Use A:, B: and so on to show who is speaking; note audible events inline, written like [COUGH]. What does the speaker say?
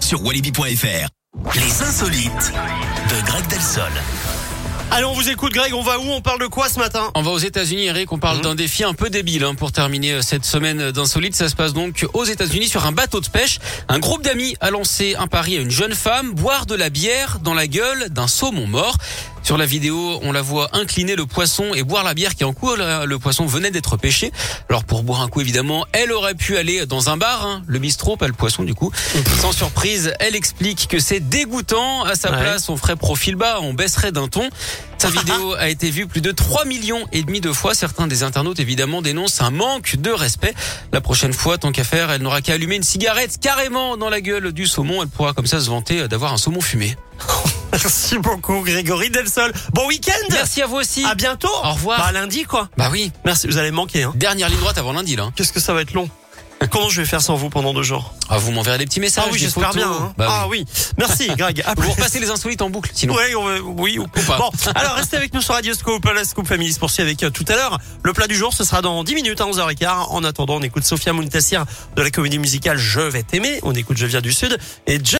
A: sur walibi.fr. Les insolites de Greg Delsol.
B: Allez, on vous écoute, Greg. On va où On parle de quoi ce matin
C: On va aux États-Unis, Eric. On parle d'un défi un peu débile hein, pour terminer euh, cette semaine d'insolite. Ça se passe donc aux États-Unis sur un bateau de pêche. Un groupe d'amis a lancé un pari à une jeune femme boire de la bière dans la gueule d'un saumon mort. Sur la vidéo, on la voit incliner le poisson et boire la bière qui en cours. là, Le poisson venait d'être pêché. Alors pour boire un coup, évidemment, elle aurait pu aller dans un bar, hein, le bistrot, pas le poisson du coup. Sans surprise, elle explique que c'est dégoûtant. À sa
B: Ouais.
C: place, on ferait profil bas, on baisserait d'un ton.
B: [LAUGHS]
C: Sa vidéo a été vue plus de 3 millions et demi de fois. Certains des internautes, évidemment, dénoncent un manque de respect. La prochaine fois, tant qu'à faire, elle n'aura qu'à allumer une cigarette carrément dans la gueule du saumon. Elle pourra comme ça se vanter d'avoir un saumon fumé.
B: [LAUGHS] Merci beaucoup, Grégory Delsol. Bon week-end
C: Merci à vous aussi.
B: À bientôt
C: Au revoir.
B: Ah, Bah, à lundi, quoi.
C: Bah oui,
B: Merci, vous allez me manquer, hein.
C: dernière ligne droite avant lundi, là.
B: Qu'est-ce que ça va être long Comment je vais faire sans vous pendant deux jours
C: Ah, vous m'enverrez des petits messages.
B: Ah oui,
C: des
B: j'espère
C: photos.
B: bien. hein.
C: Bah
B: ah
C: oui.
B: oui. Merci, Greg. À [LAUGHS]
C: Vous
B: plus.
C: repassez les insolites en boucle, sinon.
B: Ouais, on va- oui, ou,
C: pas.
B: Bon, alors restez avec nous sur Radio Scoop. La Scoop Family se poursuit avec euh, tout à l'heure. Le plat du jour, ce sera dans 10 minutes à 11h15. En attendant, on écoute Sophia Muntassir de la comédie musicale Je vais t'aimer. On écoute Je viens du Sud. Et Je